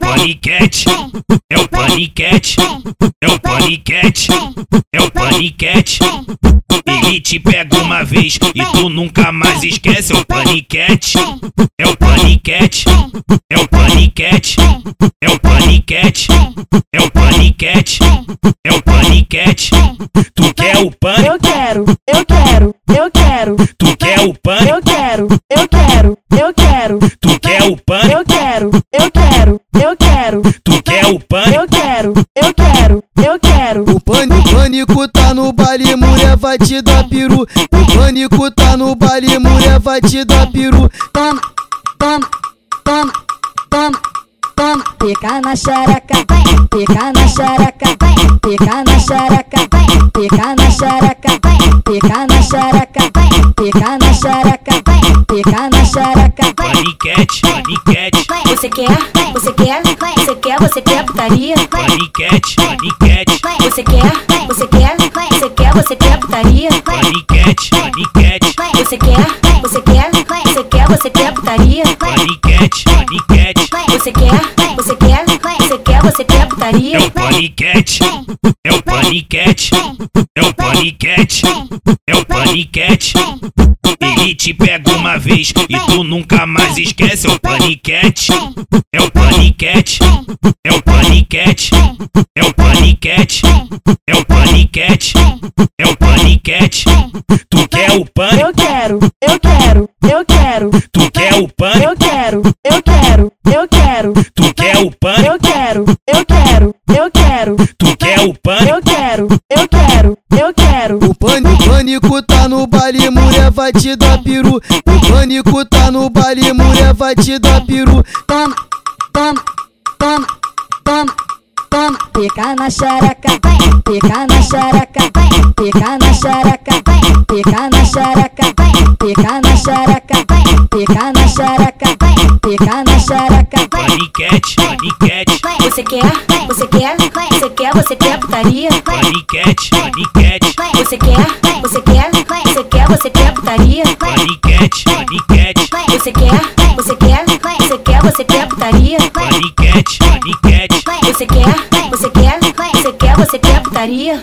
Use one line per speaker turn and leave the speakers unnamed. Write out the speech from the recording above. paniquete, é o paniquete, é o paniquete, é o paniquete. Ele te pega uma vez e tu nunca mais esquece. É o paniquete, é o paniquete, é o paniquete, é o paniquete, é o paniquete, é o paniquete. Tu quer o pânico?
Eu quero, eu quero, eu quero,
Tu quer o pânico?
eu quero, eu quero, eu quero,
Tu quer o pânico?
eu quero, eu quero, eu quero,
Tu quer o pânico?
eu quero, eu quero, eu quero.
O pânico, pânico tá no baile, mulher vai te dar peru. O pânico tá no baile, mulher vai te dar peru.
toma, toma, toma, toma, toma, pica na xereca, pica na xereca, pica na xereca, pica na xereca, pica na xereca, pica na xereca, pica na xereca.
Paniquete, paniquete,
Você quer? Você quer? Você quer? Você quer putaria?
paniquete, paniquete,
Você quer? Você quer? Você quer? Você quer putaria?
paniquete, paniquete,
Você quer? Você quer? Você quer? Você quer putaria?
paniquete, paniquete.
Você quer? Você quer? Você quer? Você quer putaria?
É o paniquete, é o paniquete, é o paniquete, é o paniquete. Ele te pega uma vez e tu nunca mais esquece. É o paniquete, é o paniquete, é o paniquete, é o paniquete, é o paniquete, é o paniquete. Tu quer o pânico?
Eu quero, eu quero, eu quero,
Tu quer o pânico?
eu quero, eu quero, eu quero,
Tu quer o pânico?
eu quero, eu quero, eu quero,
Tu quer o pânico?
eu quero, eu quero, eu quero.
O pânico, pânico tá no baile, mulher vai te dar peru. O pânico tá no baile, mulher vai te dar peru.
toma, toma, toma, toma, toma, pica na xereca, pica na xereca, pica na xereca, pica na xereca, pica na xereca, pica na xereca, pica na xereca.
Paniquete, paniquete,
Você quer? Você quer? Você quer? Você quer putaria?
paniquete, paniquete,
Você quer? Você quer? Você quer? Você quer putaria?
paniquete, paniquete.
Você quer? Você quer? Você quer? Você quer putaria?
Paniquete, paniquete.
Você quer? Você quer? Você quer? Você quer putaria?